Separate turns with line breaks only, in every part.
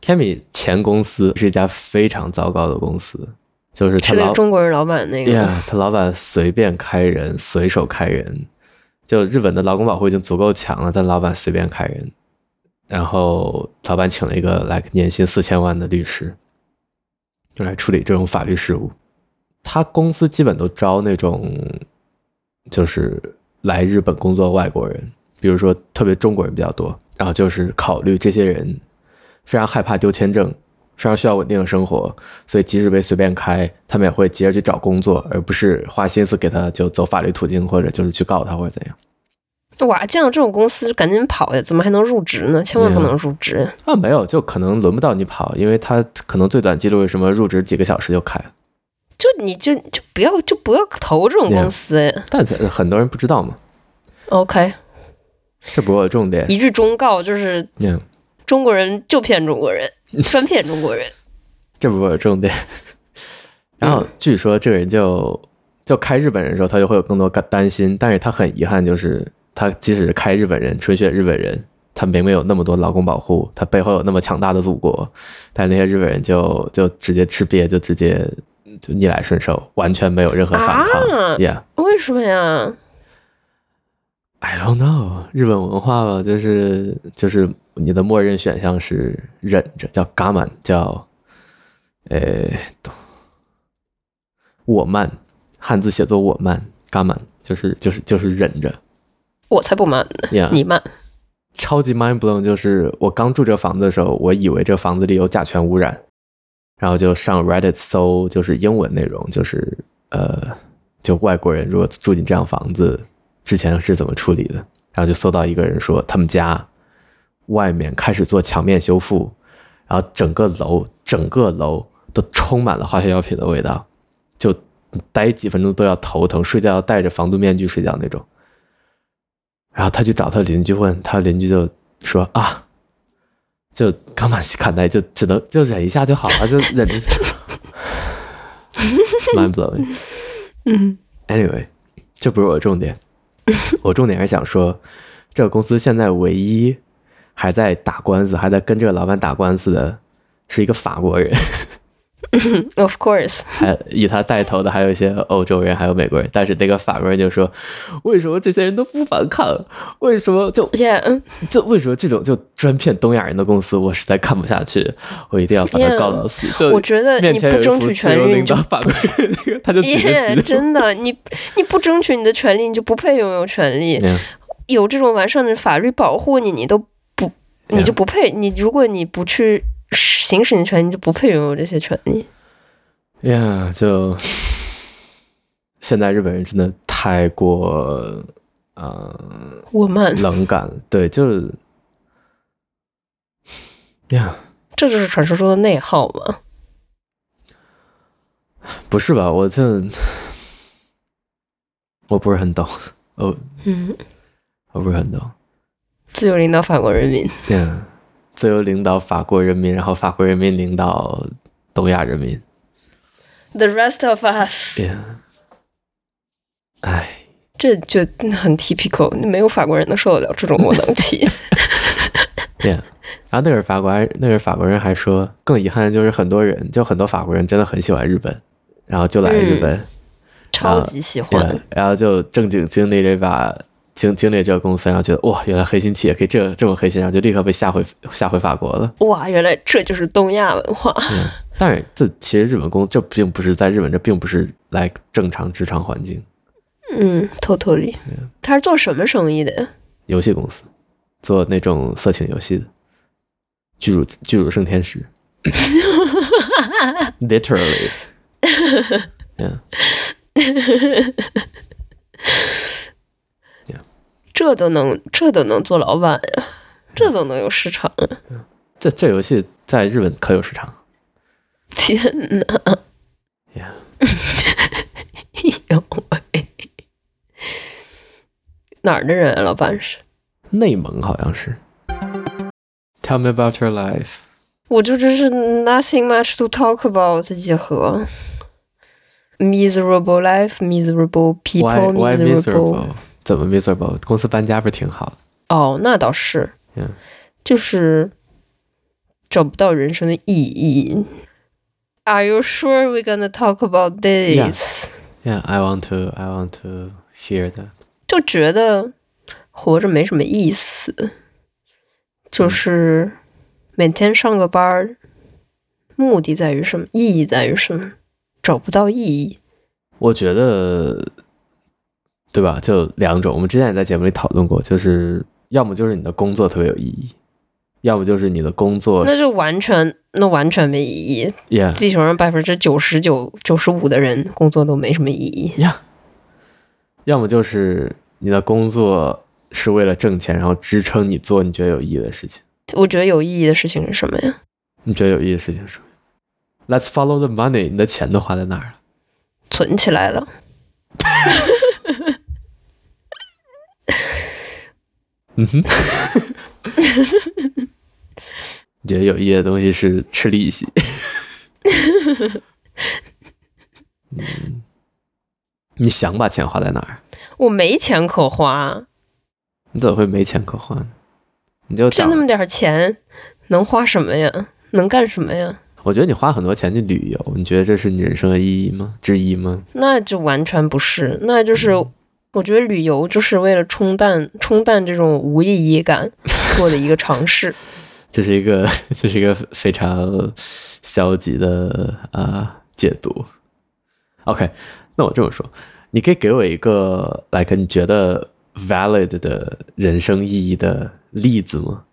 天米前公司是一家非常糟糕的公司，就是他
是那
老
个中国人老板那个
yeah, 他老板随便开人，随手开人。就日本的劳工保护已经足够强了，但老板随便开人。然后老板请了一个来年薪四千万的律师，用来处理这种法律事务。他公司基本都招那种，就是来日本工作的外国人，比如说特别中国人比较多。然后就是考虑这些人非常害怕丢签证，非常需要稳定的生活，所以即使被随便开，他们也会急着去找工作，而不是花心思给他就走法律途径，或者就是去告他或者怎样。
哇，见到这种公司赶紧跑呀！怎么还能入职呢？千万不
对啊
能入职。
啊，没有，就可能轮不到你跑，因为他可能最短记录是什么入职几个小时就开。
就你就就不要就不要投这种公司。
但是很多人不知道嘛，
OK，
这不是我的重点。
一句忠告就是
嗯，
中国人就骗中国 人，专骗中国人。
这不是我的重点。 然后据说这个人就就开日本人的时候，他就会有更多担担心，但是他很遗憾，就是他即使是开日本人，纯血日本人，他明明有那么多劳工保护，他背后有那么强大的祖国，但那些日本人就就直接吃瘪，就直接就逆来顺受，完全没有任何反抗。
啊
Yeah,
为什么呀？
I don't know，日本文化吧，就是就是你的默认选项是忍着，叫嘎满，叫呃，懂我慢，汉字写作我慢，嘎满就是就是就是忍着
我才不满呢，
呀。
你慢。
超级 mind blown，就是我刚住这房子的时候，我以为这房子里有甲醛污染，然后就上 Reddit 搜，就是英文内容，就是呃，就外国人如果住进这样房子之前是怎么处理的，然后就搜到一个人说他们家外面开始做墙面修复，然后整个楼整个楼都充满了化学药品的味道，就待几分钟都要头疼，睡觉要戴着防毒面具睡觉那种。然后他去找他邻居问，他邻居就说啊，就刚把西卡耐就只能就忍一下就好了，就忍一下。Mind blowing。
嗯
Anyway，这不是我的重点，我重点还是想说，这个公司现在唯一还在打官司，还在跟这个老板打官司的是一个法国人，
，Of course，
还以他带头的还有一些欧洲人，还有美国人。但是那个法国人就说，为什么这些人都不反抗？为什么就
而且嗯，
就为什么这种就专骗东亚人的公司，我实在看不下去，我一定要把它
Yeah，
告到死。就
我觉得
面
你
前
不
有一
争
幅
取
自
全
由
日，
领
你就
导法 国人那个，他就举着
耶
旗，
真的，你你不争取你的权利，你就不配拥有权利。
Yeah，
有这种完善的法律保护你，你都不，你就不配。你如果你不去行使你的权利，你就不配拥有这些权利。
呀，就现在日本人真的太过，嗯、
我慢，
冷感了。对，就是呀
这就是传说中的内耗嘛。
不是吧？我这我不是很懂，
嗯，
我不是很懂。
自由领导法国人民。
嗯，自由领导法国人民，然后法国人民领导东亚人民。
The rest of us，
嗯，哎，
这就很 typical，没有法国人能受得了这种窝囊 气。
然后那个法国人，那个法国人还说，更遗憾的就是很多人，就很多法国人真的很喜欢日本，然后就来日本，
超级喜欢。
嗯然后就正经经历了一把。经经历这个公司，然后觉得哇，原来黑心企业可以这这么黑心，然后就立刻被吓回吓回法国了。
哇，原来这就是东亚文化。
嗯，但是这其实日本公这并不是在日本，这并不是来正常职场环境，
嗯，totally。他是做什么生意的呀？
游戏公司，做那种色情游戏的，巨乳巨乳圣天使，literally，嗯
这都能这都能做老板呀？这都能有市场啊？
这这游戏在日本可有市场，
天哪！
呀、
哎呦喂！哪儿的人啊？老板是？
内蒙好像是。Tell me about your life，
我就真是 nothing much to talk about 结合。Miserable life, miserable
why
people,
why
miserable.
miserable？怎么 miserable？公司搬家不是挺好的？
哦，那倒是
Yeah，
就是找不到人生的意义。Are you sure we're gonna talk about this？、
Yeah, I want to, I want to hear that.
就觉得活着没什么意思，就是每天上个班儿，目的在于什么？意义在于什么？找不到意义。
我觉得，对吧？就两种，我们之前也在节目里讨论过，就是要么就是你的工作特别有意义，要么就是你的工作
那就完全，那完全没意义。
，yeah
地球上百分之九十九、九十五的人工作都没什么意义。
yeah，要么就是你的工作是为了挣钱，然后支撑你做你觉得有意义的事情。
我觉得有意义的事情是什么呀？
你觉得有意义的事情是什么？Let's follow the money，你的钱都花在哪儿了？
存起来了，
嗯哼，你觉得有意义的东西是吃利息。嗯，你想把钱花在哪儿？
我没钱可花，
你怎么会没钱可花呢？你就
就
攒
那，么点儿钱，能花什么呀？能干什么呀？
我觉得你花很多钱去旅游，你觉得这是你人生的意义吗？之一吗？
那就完全不是，那就是我觉得旅游就是为了冲淡冲淡这种无意义感做的一个尝试。
这是一个，这是一个非常消极的啊、解读。OK，那我这么说，你可以给我一个 like 你觉得 valid 的人生意义的例子吗？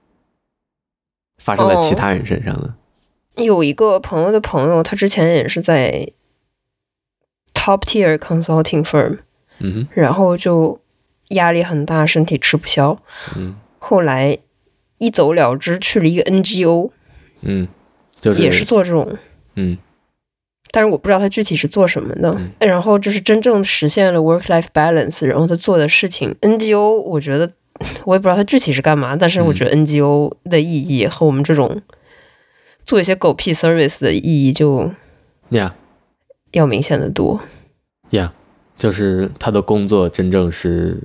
发生在
哦
其他人身上的
有一个朋友的朋友，他之前也是在 top tier consulting firm，
嗯哼，
然后就压力很大，身体吃不消，
嗯
后来一走了之，去了一个 NGO，
嗯，就是
也是做这种
嗯
但是我不知道他具体是做什么的。哎
嗯
然后就是真正实现了 work life balance，然后他做的事情 NGO，我觉得我也不知道他具体是干嘛，但是我觉得
嗯
NGO 的意义和我们这种做一些狗屁 service 的意义就
，yeah
要明显的多。
yeah，就是他的工作真正是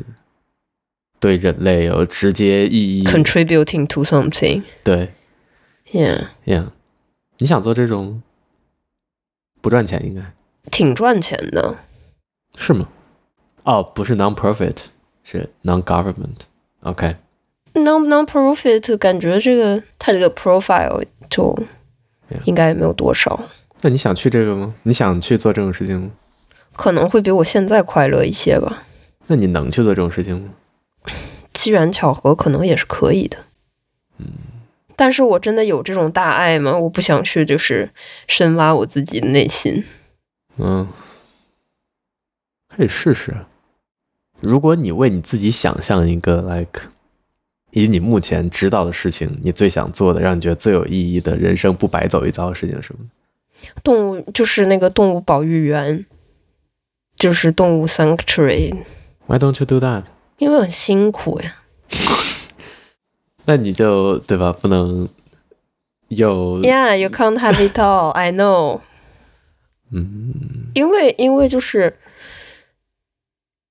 对人类有直接意义，
Contributing to something，
对
yeah，
，yeah，你想做这种吗不赚钱应该。
挺赚钱的。
是吗？哦，不是 non-profit，是 non-government。OK，
non non profit 感觉这个他这个 profile 就
Yeah
应该也没有多少，
那你想去这个吗？你想去做这种事情吗？
可能会比我现在快乐一些吧。
那你能去做这种事情吗？
机缘巧合可能也是可以的。
嗯，
但是我真的有这种大爱吗？我不想去，就是深挖我自己的内心。
嗯，可以试试啊。如果你为你自己想象一个 like，以你目前知道的事情，你最想做的，让你觉得最有意义的人生不白走一遭的事情是什么？
动物就是那个动物保育园，就是动物 sanctuary，
Why don't you do that？
因为很辛苦呀。
那你就对吧？不能又
Yeah, you can't have it all. I know.
嗯
因为因为就是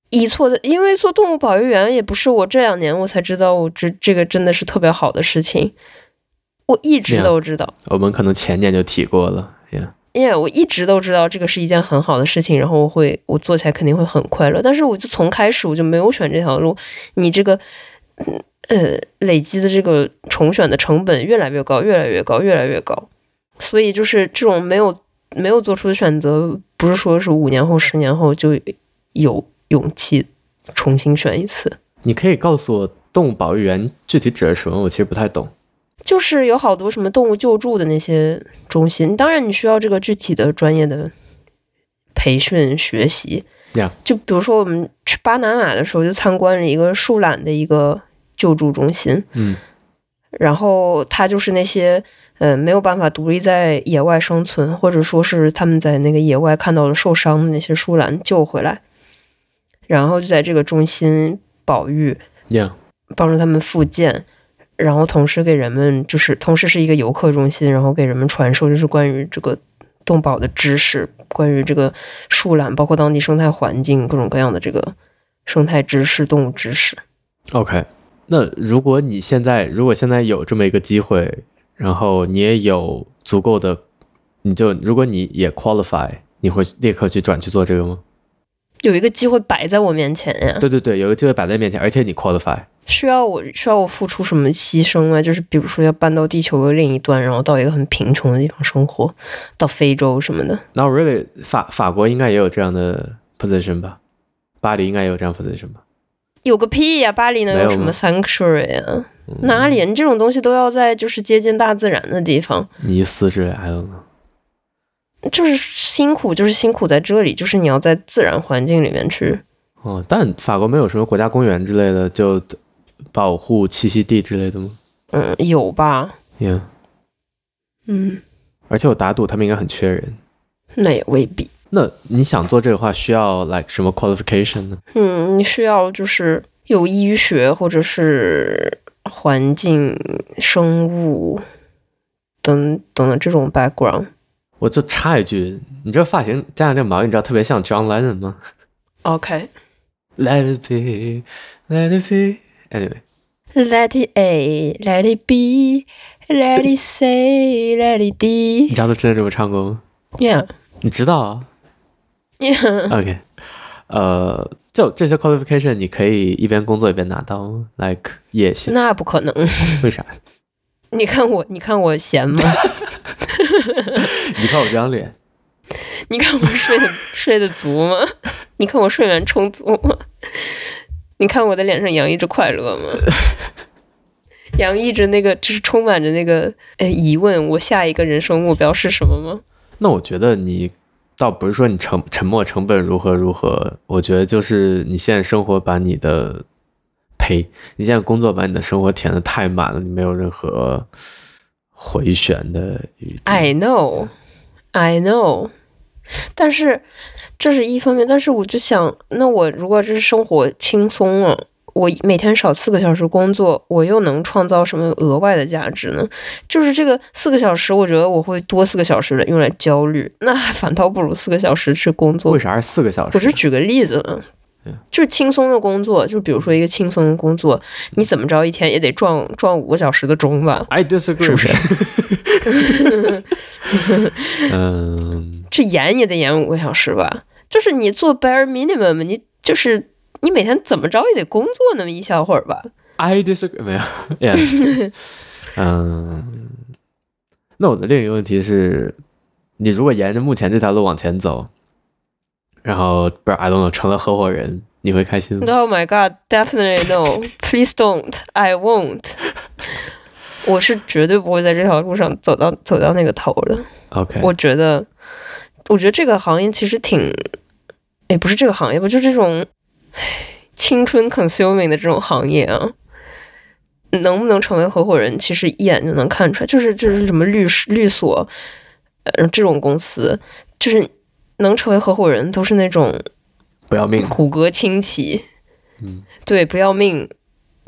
一错在，因为做动物保育员也不是我这两年我才知道，我这这个真的是特别好的事情。我一直
Yeah.
都知道，
我们可能前年就提过了，yeah。
因为我一直都知道这个是一件很好的事情，然后我会我做起来肯定会很快乐。但是我就从开始我就没有选这条路，你这个嗯呃累积的这个重选的成本越来越高，越来越高，越来越高。所以就是这种没有没有做出的选择，不是说是五年后、十年后就有勇气重新选一次。
你可以告诉我动物保育园具体指的是什么？我其实不太懂。
就是有好多什么动物救助的那些中心，当然你需要这个具体的专业的培训学习。
Yeah
就比如说我们去巴拿马的时候，就参观了一个树懒的一个救助中心，
嗯
然后它就是那些呃没有办法独立在野外生存，或者说是他们在那个野外看到了受伤的那些树懒救回来，然后就在这个中心保育，
，Yeah，
帮助他们复健，然后同时给人们就是同时是一个游客中心，然后给人们传授就是关于这个动保的知识，关于这个树懒，包括当地生态环境各种各样的这个生态知识、动物知识。
OK。那如果你现在如果现在有这么一个机会，然后你也有足够的，你就如果你也 qualify，你会立刻去转去做这个吗？
有一个机会摆在我面前呀，
对对对，有个机会摆在面前，而且你 qualify，
需要我需要我付出什么牺牲吗？就是比如说要搬到地球的另一端，然后到一个很贫穷的地方生活，到非洲什么的。
那 really 法法国应该也有这样的 position 吧？巴黎应该也有这样 position 吧？
有个屁呀、巴黎能
没有
什么
吗
sanctuary 呀？
嗯
哪里？你这种东西都要在就是接近大自然的地方，
尼斯之类，I don't know。
就是辛苦，就是辛苦在这里，就是你要在自然环境里面去。
哦，但法国没有什么国家公园之类的，就保护栖息地之类的吗
嗯，有吧？
？Yeah，
嗯，
而且我打赌他们应该很缺人。
那也未必。
那你想做这个话，需要 like 什么 qualification 呢？
嗯，你需要就是有医学或者是环境、生物等等的这种 background。
我就插一句，你这发型加上这毛，你知道特别像 John Lennon 吗
OK。
？Let it be, let it be. Anyway，
Let it A, let it B, let it C, let it
你
D.
知道他真的这么唱过吗？
Yeah,
你知道啊
yeah.
？OK，呃，就这些 qualification，你可以一边工作一边拿到吗，like 也行。
那不可能。
为啥？
你看我，你看我闲吗？
你看我这张脸，
你看我睡得 睡得足吗？你看我睡眠充足吗？你看我的脸上洋溢着快乐吗？ 洋溢着那个，就是充满着那个呃疑问：我下一个人生目标是什么吗？
那我觉得你倒不是说你沉沉默成本如何如何，我觉得就是你现在生活把你的呸，你现在工作把你的生活填的太满了，你没有任何回旋的余地。
I know, I know，但是这是一方面，但是我就想，那我如果这生活轻松了，我每天少四个小时工作，我又能创造什么额外的价值呢？就是这个四个小时，我觉得我会多四个小时的用来焦虑，那反倒不如四个小时去工作
为。啥是四个小时？
我是举个例子嘛
嗯，
就是轻松的工作，就比如说一个轻松的工作，你怎么着一天也得撞撞五个小时的钟吧？
I disagree，
是不
是？ 嗯，
这延也得延五个小时吧？就是你做 bare minimum，你就是你每天怎么着也得工作那么一小会儿吧？
I disagree 没有，yes，嗯，那我的另一个问题是，你如果沿着目前这条路往前走，然后不是 I don't know 成了合伙人，你会开心吗？
Oh my god, definitely no. Please don't. I won't. 我是绝对不会在这条路上走到走到那个头的。
OK，
我觉得，我觉得这个行业其实挺，也不是这个行业吧，就这种唉青春 consuming 的这种行业啊，能不能成为合伙人，其实一眼就能看出来。就是就是什么律师、律所，呃，这种公司，就是能成为合伙人都是那种
不要命。
骨骼清奇，
嗯，
对，不要命。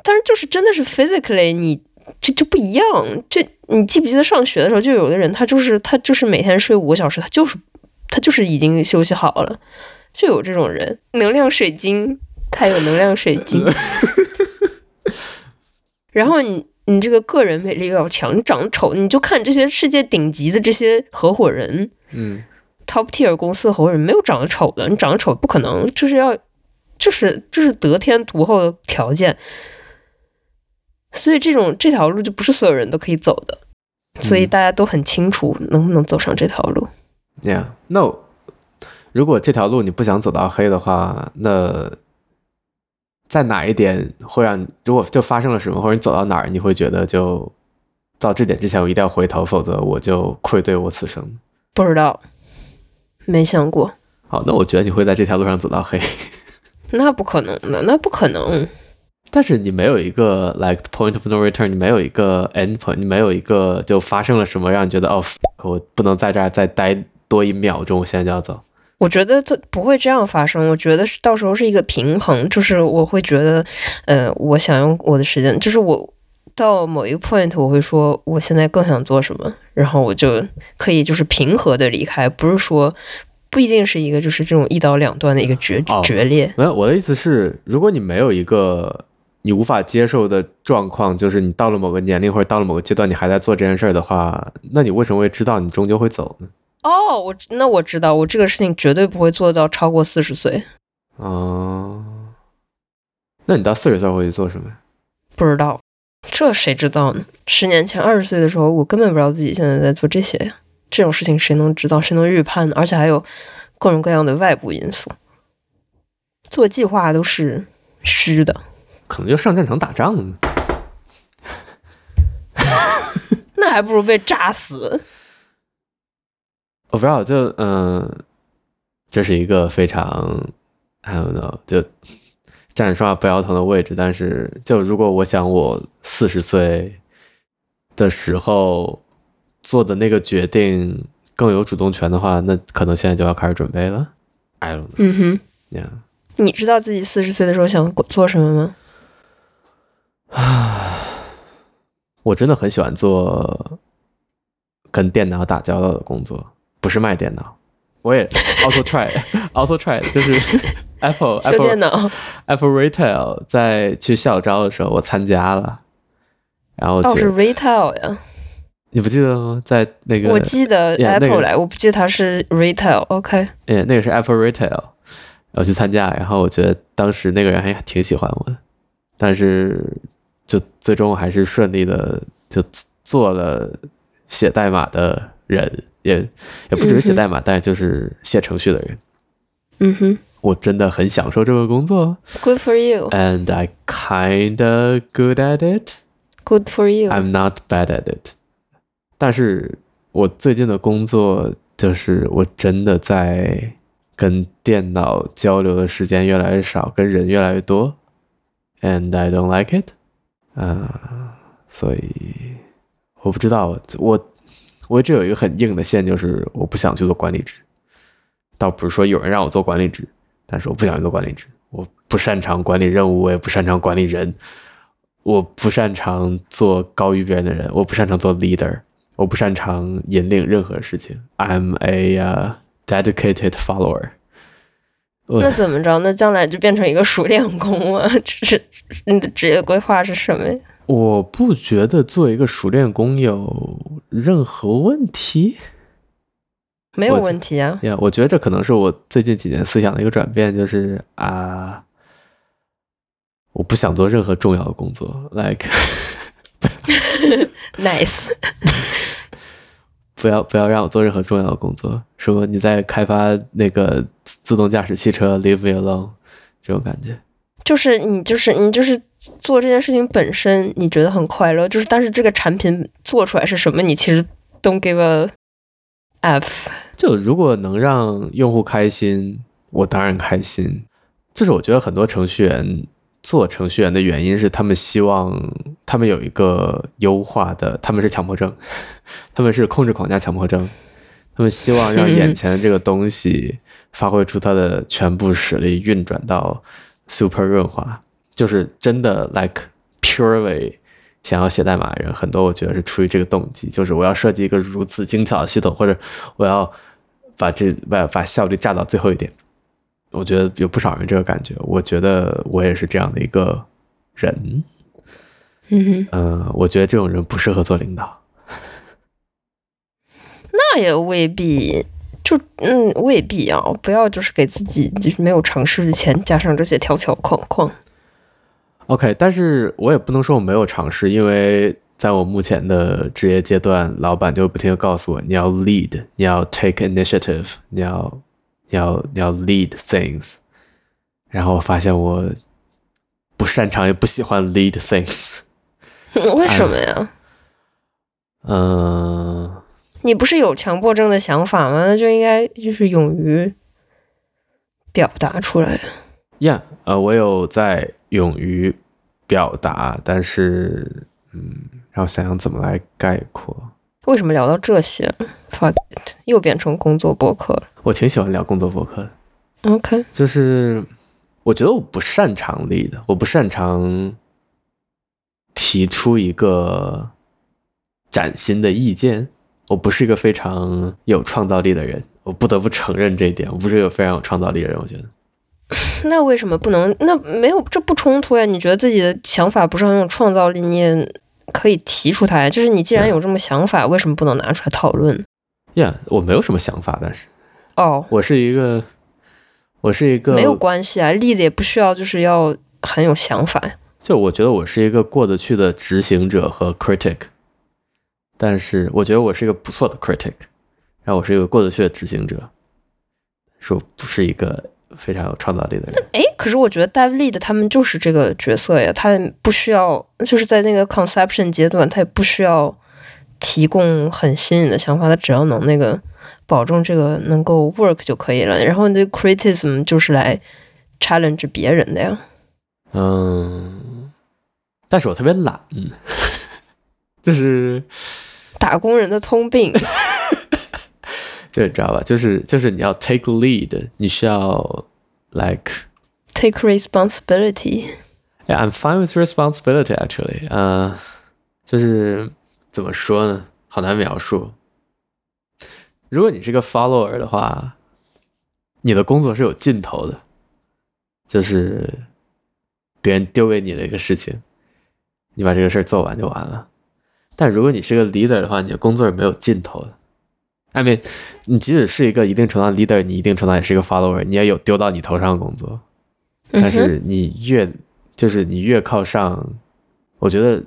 但是就是真的是 physically 你这就不一样。这你记不记得上学的时候，就有的人他就是他就是每天睡五个小时，他就是他就是已经休息好了，就有这种人。能量水晶，他有能量水晶。然后你你这个个人魅力又要强，你长得丑，你就看这些世界顶级的这些合伙人，
嗯
top tier 公司的合伙人没有长得丑的，你长得丑不可能，就是要，就是就是得天独厚的条件。所以这种这条路就不是所有人都可以走的，所以大家都很清楚能不能走上这条路。
，Yeah，No。如果这条路你不想走到黑的话，那在哪一点会让你？如果就发生了什么，或者你走到哪儿，你会觉得就到这点之前我一定要回头，否则我就愧对我此生。
不知道，没想过，
好，那我觉得你会在这条路上走到黑，
那不可能的，那不可能。
但是你没有一个 like point of no return，你没有一个 end point，你没有一个就发生了什么让你觉得哦，fuck，我不能在这儿再待多一秒钟，我现在就要走。
我觉得这不会这样发生。我觉得是到时候是一个平衡，就是我会觉得，呃，我想用我的时间，就是我到某一个 point，我会说我现在更想做什么，然后我就可以就是平和的离开，不是说不一定是一个就是这种一刀两断的一个决、
哦
决裂。
没有，我的意思是，如果你没有一个你无法接受的状况，就是你到了某个年龄或者到了某个阶段，你还在做这件事儿的话，那你为什么会知道你终究会走呢？
哦，我知那我知道，我这个事情绝对不会做到超过四十岁，
啊、那你到四十岁会去做什么呀？
不知道，这谁知道呢？十年前二十岁的时候，我根本不知道自己现在在做这些呀，这种事情谁能知道，谁能预判呢？而且还有各种各样的外部因素，做计划都是虚的，
可能就上战场打仗呢。
那还不如被炸死。
我不知道，就嗯、呃这是一个非常，I don't know，就站着说话不腰疼的位置。但是，就如果我想我四十岁的时候做的那个决定更有主动权的话，那可能现在就要开始准备了。I don't
嗯哼。
know，yeah。
你知道自己四十岁的时候想过做什么吗？
我真的很喜欢做跟电脑打交道的工作，不是卖电脑。我也 also try also try，就是 Apple
修电
Apple
脑
Apple Retail 在去校招的时候，我参加了。然后
哦，
就是
retail 呀，
你不记得吗？在那个
我记得
呀那个
Apple 来，我不记得它是 retail。OK，
呃，那个是 Apple Retail，我去参加，然后我觉得当时那个人还挺喜欢我的，但是就最终我还是顺利的就做了写代码的人，也也不只是写代码，但就是写程序的人。
嗯哼
我真的很享受这份工作
，Good for you，Good
，and I kinda good at it。
for you。
I'm not bad at it。但是我最近的工作就是我真的在跟电脑交流的时间越来越少，跟人越来越多，and I don't like it。啊、所以我不知道，我我一直有一个很硬的线，就是我不想去做管理职。倒不是说有人让我做管理职，但是我不想去做管理职，我不擅长管理任务，我也不擅长管理人，我不擅长做高于别人的人，我不擅长做 leader，我不擅长引领任何事情。I'm a、uh, dedicated follower。我
那怎么着？那将来就变成一个熟练工啊？ 这是你的职业规划是什么呀？
我不觉得做一个熟练工有任何问题
没有
我
问题啊。
呀。我觉得这可能是我最近几年思想的一个转变，就是啊我不想做任何重要的工作，like
Nice，
不要不要让我做任何重要的工作，说你在开发那个自自动驾驶汽车，leave me alone，这种感觉。
就是你，就是你，就是做这件事情本身，你觉得很快乐。就是，但是这个产品做出来是什么，你其实 don't give a f。
就如果能让用户开心，我当然开心。就是我觉得很多程序员做程序员的原因是，他们希望他们有一个优化的，他们是强迫症， 他们是控制框架强迫症，他们希望让眼前的这个东西发挥出它的全部实力，运转到 super 润滑，就是真的 like purely 想要写代码的人，很多我觉得是出于这个动机，就是我要设计一个如此精巧的系统，或者我要把这把把效率榨到最后一点。我觉得有不少人这个感觉，我觉得我也是这样的一个人。
嗯哼。
嗯、我觉得这种人不适合做领导。
那也未必，就嗯，未必啊，不要就是给自己就是没有尝试之前加上这些条条框框。
OK，但是我也不能说我没有尝试，因为在我目前的职业阶段，老板就不停的告诉我，你要 lead，你要 take initiative，你要你要你要 lead things，然后我发现我不擅长也不喜欢 lead things。
为什么呀？
嗯、
你不是有强迫症的想法吗？那就应该就是勇于表达出来。
Yeah，呃，我有在勇于表达，但是，嗯，让我想想怎么来概括。
为什么聊到这些？fuck it，又变成工作博客了。
我挺喜欢聊工作博客的，
OK，
就是我觉得我不擅长立的，我不擅长提出一个崭新的意见。我不是一个非常有创造力的人，我不得不承认这一点。我不是一个非常有创造力的人，我觉得。
那为什么不能？那没有，这不冲突呀。你觉得自己的想法不是很有创造力，你也可以提出它呀。就是你既然有这么想法，为什么不能拿出来讨论？
呀、我没有什么想法，但是
哦，
我是一个，我是一个，
没有关系啊，例子也不需要就是要很有想法呀。
就我觉得我是一个过得去的执行者和 critic，但是我觉得我是一个不错的 critic，然后我是一个过得去的执行者，是我不是一个非常有创造力的人。
诶，哎可是我觉得 Dev Lead 他们就是这个角色呀，他不需要就是在那个 conception 阶段，他也不需要提供很新颖的想法，他只要能那个保证这个能够 work 就可以了。然后你的 criticism 就是来 challenge 别人的呀。
嗯，但是我特别懒， 就是
打工人的通病。
就是你知道吧，就是就是你要 take lead，你需要 like
Take responsibility，
Yeah, I'm fine with responsibility actually. 呃，就是怎么说呢，好难描述。如果你是个 follower 的话，你的工作是有尽头的，就是别人丢给你的一个事情，你把这个事儿做完就完了。但如果你是个 leader 的话，你的工作是没有尽头的。I mean，你即使是一个一定程度上的 leader，你一定程度上也是一个 follower，你也有丢到你头上的工作。
嗯
但是你越就是你越靠上，我觉得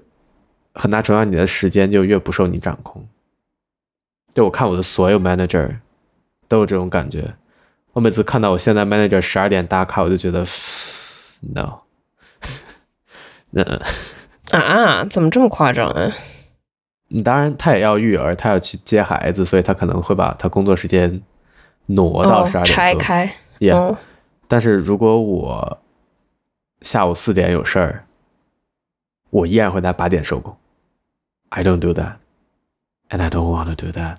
很大程度上你的时间就越不受你掌控。对我看我的所有 manager 都有这种感觉。我每次看到我现在 manager 十二点打卡，我就觉得 no，那
嗯哼啊，怎么这么夸张啊？
嗯当然他也要育儿，他要去接孩子，所以他可能会把他工作时间挪到
哦
十二点、
拆开，
y
哦，
但是如果我下午四点有事儿，我依然会在八点收工。I don't do that, and I don't want to do that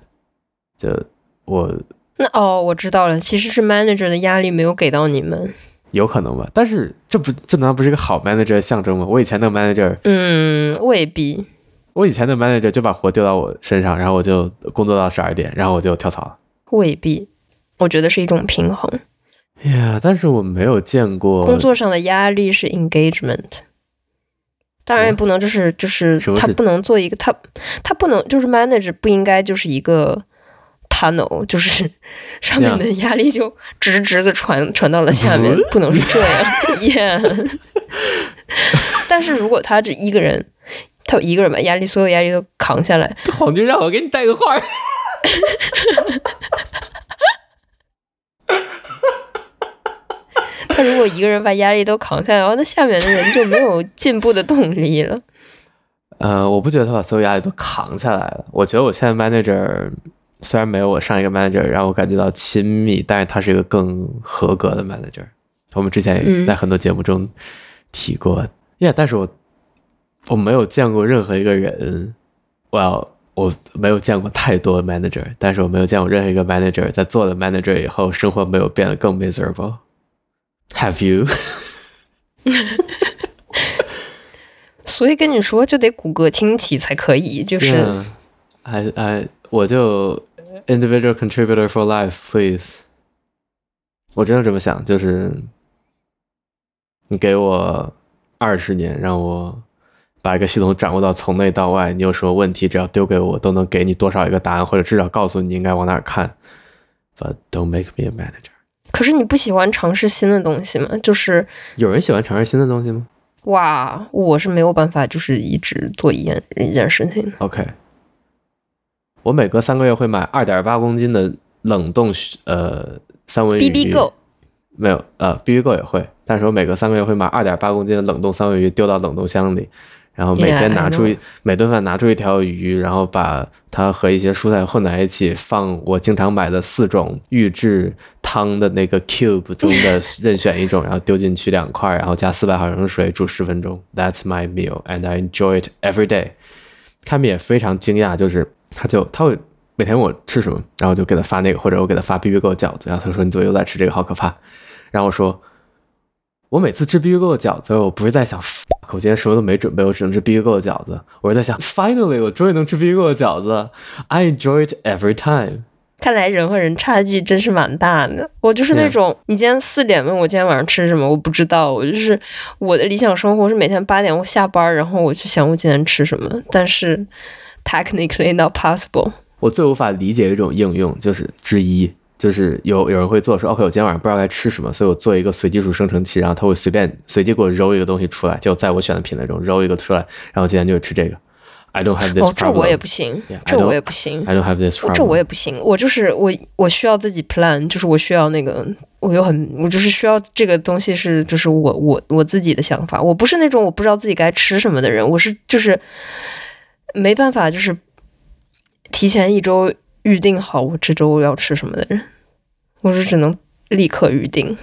就。我
那哦，我知道了，其实是 manager 的压力没有给到你们。
有可能吧，但是这不这难道不是一个好 manager 的象征吗？我以前那个 manager，
嗯，未必。
我以前那个 manager 就把活丢到我身上，然后我就工作到十二点，然后我就跳槽了。
未必，我觉得是一种平衡。
哎呀，但是我没有见过
工作上的压力是 engagement，当然也
嗯
不能就是就是
什么是
他不能做一个他他不能就是 manager 不应该就是一个 tunnel，就是 上面的压力就直直的传传到了下面
嗯，
不能是这样 ，yeah。但是如果他这一个人，他一个人把压力所有压力都扛下来，
皇军让我给你带个话儿。
他如果一个人把压力都扛下来，哦，那下面的人就没有进步的动力了。
呃，我不觉得他把所有压力都扛下来了。我觉得我现在 manager 虽然没有我上一个 manager 让我感觉到亲密，但是他是一个更合格的 manager。我们之前也
嗯
在很多节目中提过，耶、但是我我没有见过任何一个人，well，我没有见过太多 manager，但是我没有见过任何一个 manager 在做了 manager 以后，生活没有变得更 miserable。Have you？
所以跟你说，就得骨骼清奇才可以，就是
嗯，还还我就 individual contributor for life, please。我真的这么想，就是你给我二十年，让我把一个系统掌握到从内到外，你有什么问题，只要丢给我，都能给你多少一个答案，或者至少告诉你应该往哪儿看。But don't make me a manager。
可是你不喜欢尝试新的东西嘛？就是
有人喜欢尝试新的东西吗
哇，我是没有办法，就是一直做一件一件事情的。
？OK，我每隔三个月会买二点八公斤的冷冻呃三文鱼。
B B Go，
没有，呃，B B 购也会，但是我每隔三个月会买二点八公斤的冷冻三文鱼丢到冷冻箱里，然后每
Yeah,
天
I
拿出一
know.
每顿饭拿出一条鱼，然后把它和一些蔬菜混在一起，放我经常买的四种预制汤的那个 cube 中的任选一种，然后丢进去两块，然后加四百毫升水煮十分钟。That's my meal and I enjoy it every day。他们也非常惊讶，就是他就他会每天我吃什么，然后就给他发那个，或者我给他发 B B 购饺子，然后他说你怎么又在吃这个，好可怕。然后我说，我每次吃 B B 购的饺子，我不是在想 fuck，我今天什么都没准备，我只能吃 B B 购的饺子，我是在想 finally 我终于能吃 B B 购的饺子，I enjoy it every time。
看来人和人差距真是蛮大的。我就是那种你今天四点问我今天晚上吃什么，我不知道。我就是我的理想生活是每天八点我下班，然后我去想我今天吃什么，但是 technically not possible。
我最无法理解一种应用，就是之一，就是有有人会做说，OK，我今天晚上不知道该吃什么，所以我做一个随机数生成器，然后它会随便随机给我揉一个东西出来，就在我选的品类中揉一个出来，然后我今天就吃这个。I don't have this
哦，这
problem.
我也不行
Yeah, I
这我
don't-
也不行。
I don't have this
我
problem.
这我也不行，我就是我，我需要自己 plan，就是我需要那个，我又很，我就是需要这个东西是，就是我我我自己的想法，我不是那种我不知道自己该吃什么的人，我是就是没办法，就是提前一周预定好我这周要吃什么的人，我是只能立刻预定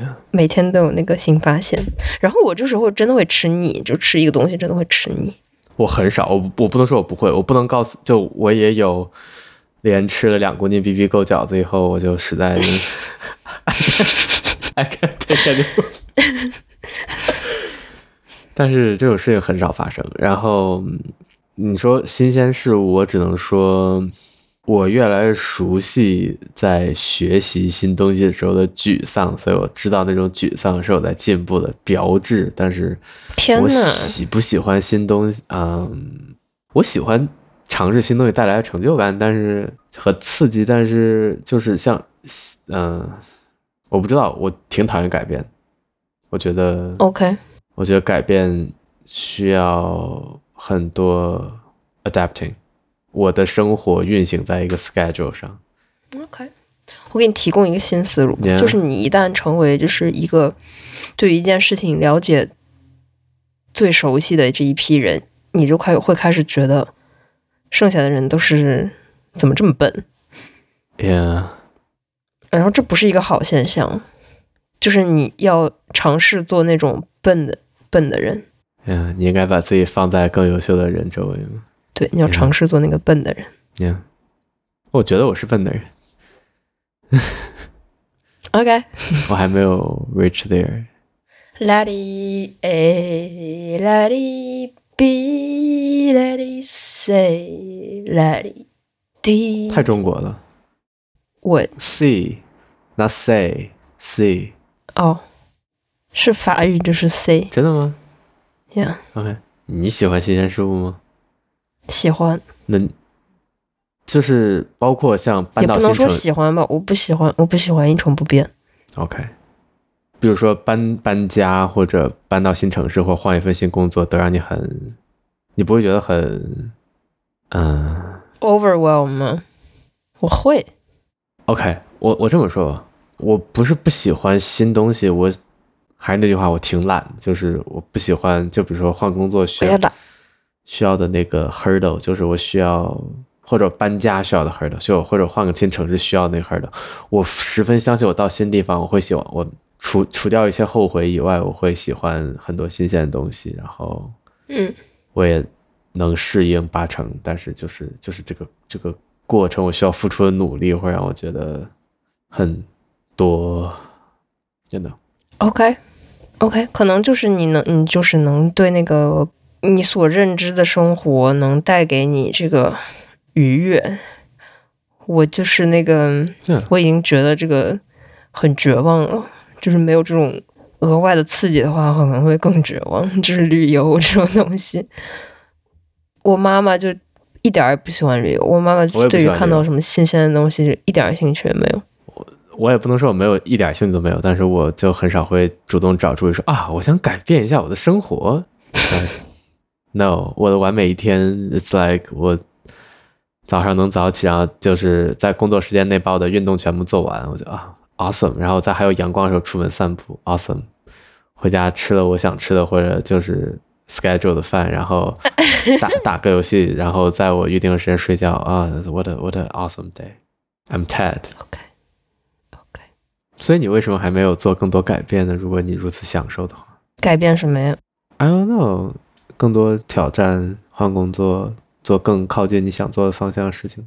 Yeah.，
每天都有那个新发现，然后我就是会真的会吃腻，就吃一个东西真的会吃腻，
我很少，我不我不能说我不会，我不能告诉，就我也有连吃了两公斤 B B 够饺子以后，我就实在就是 I can't take anymore。但是这种事情很少发生。然后嗯你说新鲜事物，我只能说我越来越熟悉在学习新东西的时候的沮丧，所以我知道那种沮丧是我在进步的标志。但是
天
我
呐，
喜不喜欢新东西？嗯，我喜欢尝试新东西带来的成就感，但是和刺激，但是就是像，嗯、我不知道，我挺讨厌改变。我觉得，
，OK，
我觉得改变需要很多 adapting。我的生活运行在一个 schedule 上，
OK，我给你提供一个新思路
Yeah
就是你一旦成为就是一个对于一件事情了解最熟悉的这一批人，你就开会开始觉得剩下的人都是怎么这么笨，
yeah，
然后这不是一个好现象，就是你要尝试做那种笨的笨的人，
yeah，你应该把自己放在更优秀的人周围嘛
对，你要
Yeah
尝试做那个笨的人。
，yeah。我觉得我是笨的人。
OK。
我还没有 reach there。
啦哩诶，啦哩比，啦哩 say，啦哩滴。
太中国了
我
，see not say see，
哦，是法语就是 say
真的吗
呀、
？OK，你喜欢新鲜事物吗？
喜欢
那就是包括像搬
也
到
不
新
能说
城
喜欢吧，我不喜欢，我不喜欢一成不变。
，OK，比如说搬搬家或者搬到新城市或换一份新工作，都让你很，你不会觉得很，嗯、
overwhelm 吗？我会
OK，我我这么说吧，我不是不喜欢新东西，我还是那句话，我挺懒的，就是我不喜欢，就比如说换工作需
我也
要
懒
需要的那个 hurdle，就是我需要或者搬家需要的 hurdle，就或者换个新城市需要的那个 hurdle，我十分相信我到新地方，我会喜欢我除除掉一些后悔以外，我会喜欢很多新鲜的东西，然后
嗯，
我也能适应八成，但是就是就是这个这个过程，我需要付出的努力会让我觉得很多，真的
OK OK，可能就是你能，你就是能对那个你所认知的生活能带给你这个愉悦。我就是那个
Yeah.
我已经觉得这个很绝望了，就是没有这种额外的刺激的话，可能会更绝望。就是旅游这种东西，我妈妈就一点儿也不喜欢旅游，我妈妈
我也
就
不
对
喜
于
欢
看
旅游
到什么新鲜的东西就一点儿兴趣也没有。
我也不能说我没有一点兴趣都没有，但是我就很少会主动找出说啊，我想改变一下我的生活。Like, no，我的完美一天，it's like 我早上能早起，然后就是在工作时间内把我的运动全部做完，我就啊，awesome。然后在还有阳光的时候出门散步，awesome。回家吃了我想吃的，或者就是 schedule 的饭，然后 打打个游戏，然后在我预定的时间睡觉啊，what a what a awesome day。I'm Ted。
OK OK，
所以你为什么还没有做更多改变呢？如果你如此享受的话
改变什么呀？
，I don't know，更多挑战，换工作，做更靠近你想做的方向的事情。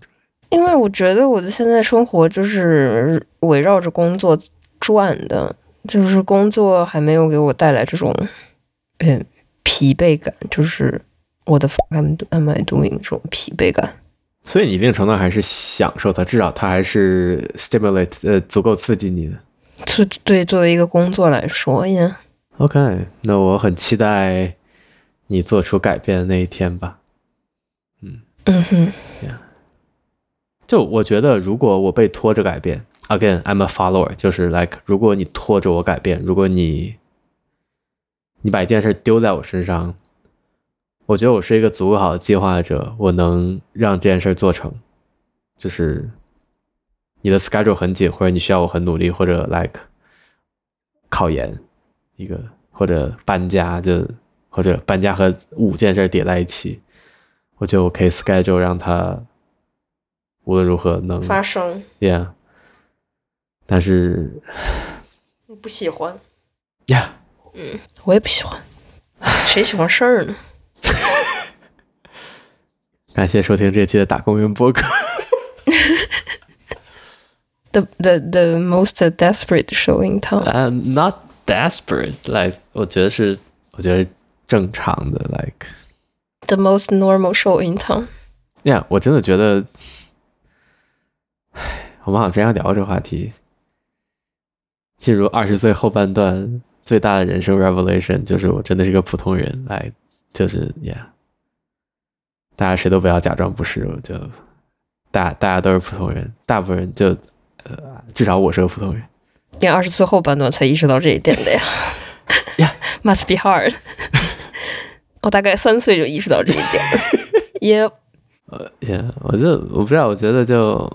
因为我觉得我的现在生活就是围绕着工作转的，就是工作还没有给我带来这种嗯呃疲惫感，就是我的 I'm I'm I doing 这种疲惫感。
所以你一定程度上还是享受它，至少它还是 stimulate 呃足够刺激你的。
对对，作为一个工作来说呀，
OK，那我很期待你做出改变的那一天吧。
嗯哼，
就我觉得，如果我被拖着改变，again，I'm a follower，就是 like，如果你拖着我改变，如果你你把一件事丢在我身上，我觉得我是一个足够好的计划者，我能让这件事做成。就是你的 schedule 很紧，或者你需要我很努力，或者 like 考研一个，或者搬家，就或者搬家和五件事叠在一起，我觉得我可以 schedule 让它无论如何能
发生
Yeah，但是
不喜欢，
Yeah，
我也不喜欢，谁喜欢事儿呢？
感谢收听这期的打工人播客。
The the the most desperate show in town。
呃、n o t desperate，like 我觉得是，我觉得正常的，like
The most normal show in town。
Yeah，我真的觉得，唉我们好像之前聊过这个话题。进入二十岁后半段，最大的人生 revelation 就是我真的是个普通人，来，就是 Yeah，大家谁都不要假装不是，我就大大家都是普通人，大部分人就呃，至少我是个普通人。
你二十岁后半段才意识到这一点的呀
Yeah.
Must be hard 。我大概三岁就意识到这一点了。也
天，我就我不知道，我觉得就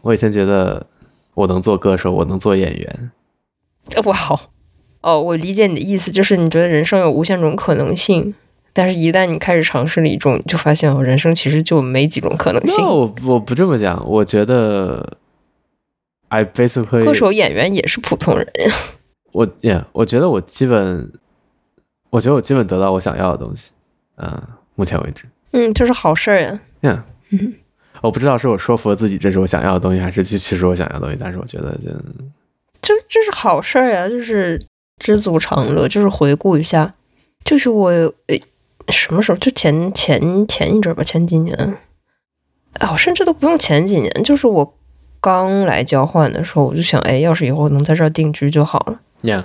我以前觉得我能做歌手，我能做演员，
哇哦，哦，我理解你的意思，就是你觉得人生有无限种可能性，但是一旦你开始尝试了一种，你就发现哦，人生其实就没几种可能性
No，。我我不这么讲，我觉得 I basically
歌手、演员也是普通人呀。
我 yeah，我觉得我基本，我觉得我基本得到我想要的东西，嗯、目前为止，
嗯，这是好事儿呀。
yeah，
嗯
我不知道是我说服了自己这是我想要的东西，还是其其实我想要的东西，但是我觉得就
这这是好事儿呀，就是知足常乐，就是回顾一下，就是我呃什么时候就前前前一阵儿吧，前几年，啊，我甚至都不用前几年，就是我刚来交换的时候，我就想，哎，要是以后能在这儿定居就好了。
yeah，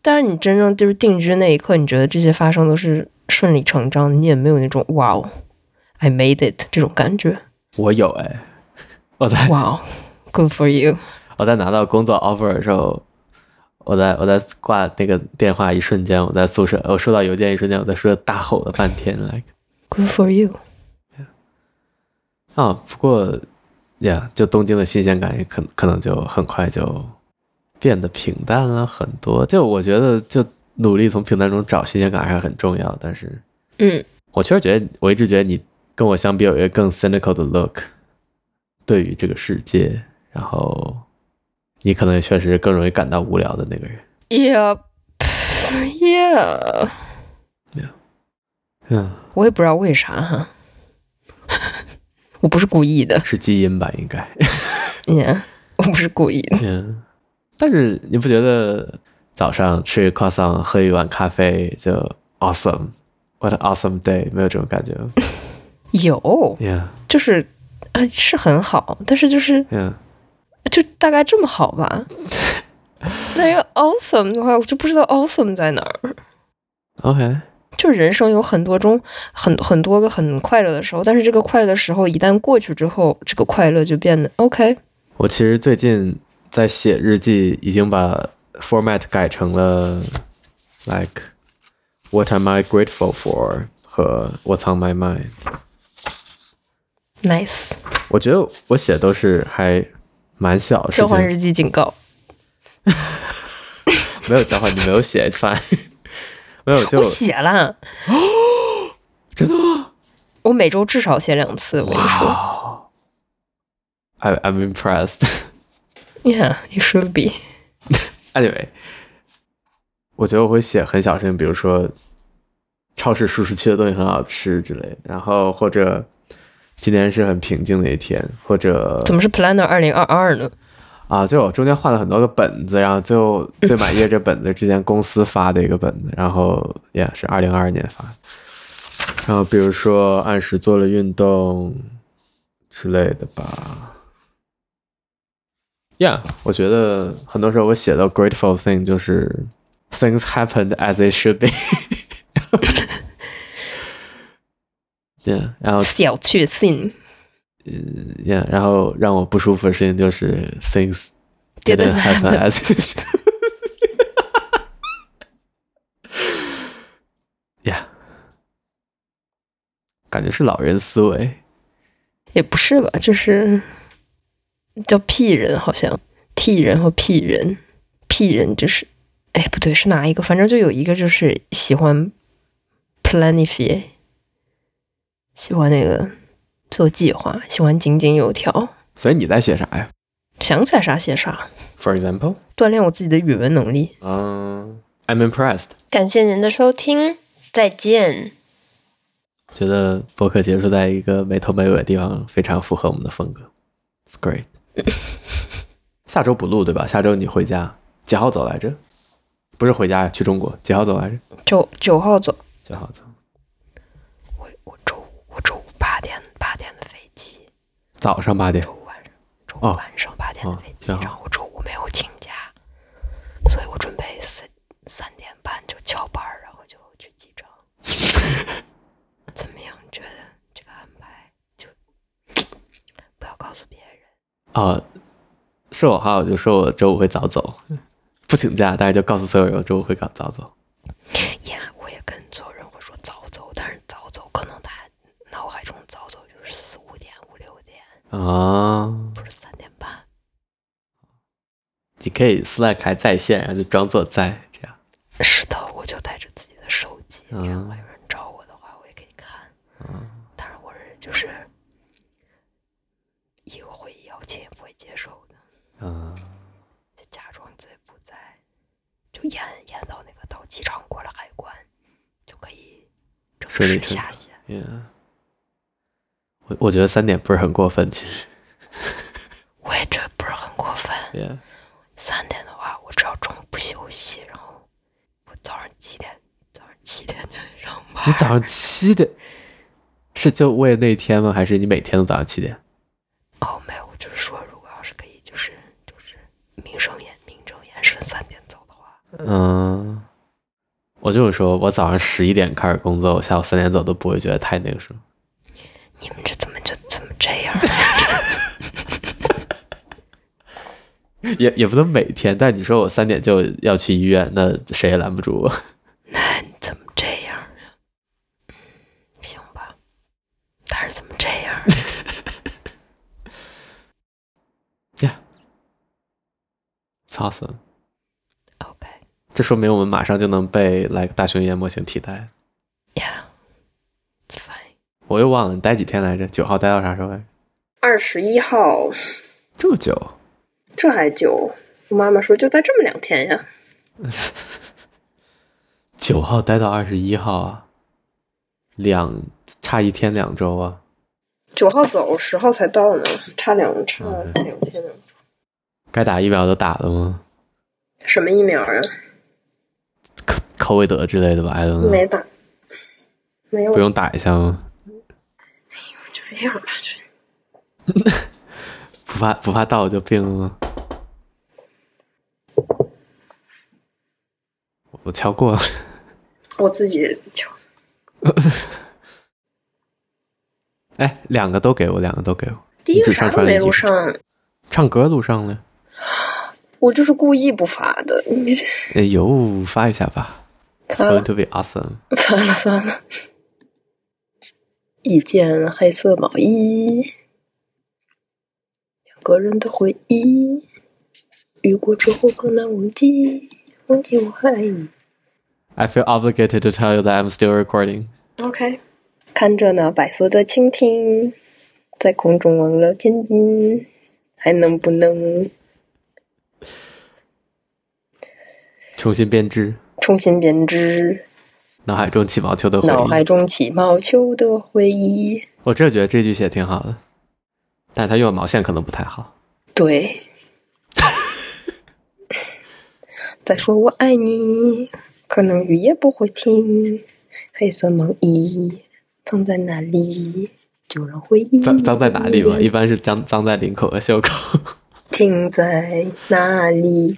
但是你真正就是定居那一刻，你觉得这些发生都是顺理成章的，你也没有那种哇哦，I made it 这种感觉，
我有哎，我在
哇哦，Good for you。
我在拿到工作 offer 的时候，我在我在挂那个电话一瞬间，我在宿舍，我收到邮件一瞬间，我在宿舍大吼了半天来。
Good for you，
啊，不过呀就东京的新鲜感也可可能就很快就变得平淡了很多。就我觉得，就努力从平淡中找新鲜感还是很重要。但是
嗯，
我确实觉得，我一直觉得你跟我相比有一个更 cynical 的 look，对于这个世界，然后你可能也确实更容易感到无聊的那个人。
Yeah, pff, yeah，
嗯，
我也不知道为啥哈， 我不是故意的
是基因吧，应该。
，Yeah，我不是故意的。
嗯， 但是你不觉得早上吃 croissant 喝一碗咖啡就 awesome？What an awesome day！没有这种感觉吗
有，
？Yeah，
就是啊、是很好，但是就是
嗯，
就大概这么好 吧。那要 awesome 的话，我就不知道 awesome 在哪儿。
OK，
就是人生有很多种很很多个很快乐的时候，但是这个快乐的时候一旦过去之后，这个快乐就变得 OK。
我其实最近在写日记，已经把 format 改成了 like what am I grateful for 和 What's on my mind。
Nice，
我觉得我写都是还蛮小的事
交换
情，
日记警告。
没有交换，你没有写 i 没有就
我写了，
真的吗？
我每周至少写两次。我跟你说
，I I'm impressed 。
，Yeah, you should be。
Anyway，我觉得我会写很小声，比如说超市熟食区的东西很好吃之类的，然后或者今天是很平静的一天，或者
怎么是 Planner 二零二二呢？
啊，就我中间换了很多个本子，然后最后最满意的这本子之前公司发的一个本子，然后也、是二零二二年发的。然后比如说按时做了运动，之类的吧。Yeah，我觉得很多时候我写到 grateful thing 就是 things happened as they should be 对，然后
小确幸
yeah，然后让我不舒服的事情就是 things didn't
Didn't
happen as they should yeah，感觉是老人思维。
也不是吧，这是叫屁人，好像替人和屁人，屁人就是，哎，不对，是哪一个？反正就有一个就是喜欢 planify，喜欢那个做计划，喜欢井井有条，
所以你在写啥呀
想起来啥写啥，
？For example，
锻炼我自己的语文能力。
嗯、i m impressed。
感谢您的收听，再见。
觉得博客结束在一个没头没尾的地方，非常符合我们的风格。It's great 。 下周不录对吧？下周你回家几号走来着？不是回家呀，去中国几号走来着？
九九号走，
几号走？
我我周五我周五八点八点的飞机，
早上八点
周。五晚上周
哦
五晚上八点的
哦
飞机，
这样
然后我周五没有请假，所以我准备四三点半就翘班儿，然后就去机 场。怎么样？你觉得这个安排就不要告诉别人？
啊，是我哈，我就说我周五会早走，不请假，但是就告诉所有人我周五会早早走。
呀，我也跟所有人会说早走，但是早走可能大家脑海中早走就是四五点、五六点，
啊，
不是三点半。
你可以 Slack 还在线，然后就装作在这样。
是的，我就带着自己的手机，
嗯
然后有人找我的话，我也可以看。
嗯
当然，我是就是一个会议邀请也不会接受的，
嗯，
就假装自己不在，就延延到那个到机场过了海关，就可以正
顺理
式
成
下
章
线。
yeah. 我我觉得三点不是很过分，其实。
我也觉得不是很过分。
Yeah.
三点的话，我只要中午不休息，然后我早上七点，早上七点就得上班。
你早上七点，是就为那天吗？还是你每天都早上七点？
哦，没有，我就是说，如果要是可以，就是就是名正言名正言顺三点走的话，
嗯，我就是说我早上十一点开始工作，我下午三点走都不会觉得太那个什么。
你们这怎么就怎么这样？啊
也也不能每天，但你说我三点就要去医院，那谁也拦不住我。
那你怎么这样？啊嗯行吧，但是怎么这样？啊
It's awesome，
OK
这说明我们马上就能被来个大熊研磨型替代。
呀、yeah,，fine。
我又忘了你待几天来着？九号待到啥时候来着？
二十一号，
这么久？
这还久。我妈妈说就待这么两天呀。
九号待到二十一号啊，两差一天两周啊。
九号走，十号才到呢，差两差
嗯
两天呢。
该打疫苗都打了吗？
什么疫苗啊？
科科威德之类的吧？I don't
没
know，
打，没有，
嗯不用打一下吗？
就这样吧。就
不怕不怕到我就病了吗？我敲过了。
我自己瞧，
哎，两个都给我，两个都给我。
第一
你
个
只
啥
上
都
传了
没
一个
录上，
唱歌录上了，
我就是故意不发的。你这
哎呦，发一下吧。It's
发
going
了
to be awesome。
算了算了。一件黑色毛衣，两个人的回忆，雨过之后更难忘记，忘记我还爱你。
I feel obligated to tell you that I'm still recording。
OK，看着那白色的蜻蜓，在空中忘了天津，还能不能
重新编织
重新编织
脑海中起毛球的回
脑海
忆。
中起毛球的回忆？
我真的觉得这句写得挺好的，但是他用的毛线可能不太好。
对，再说我爱你，可能雨也不会停。黑色毛衣藏在哪里？
就让回忆
脏脏
嗯
在哪里嘛？一般是脏脏在领口和袖口。
停在哪里？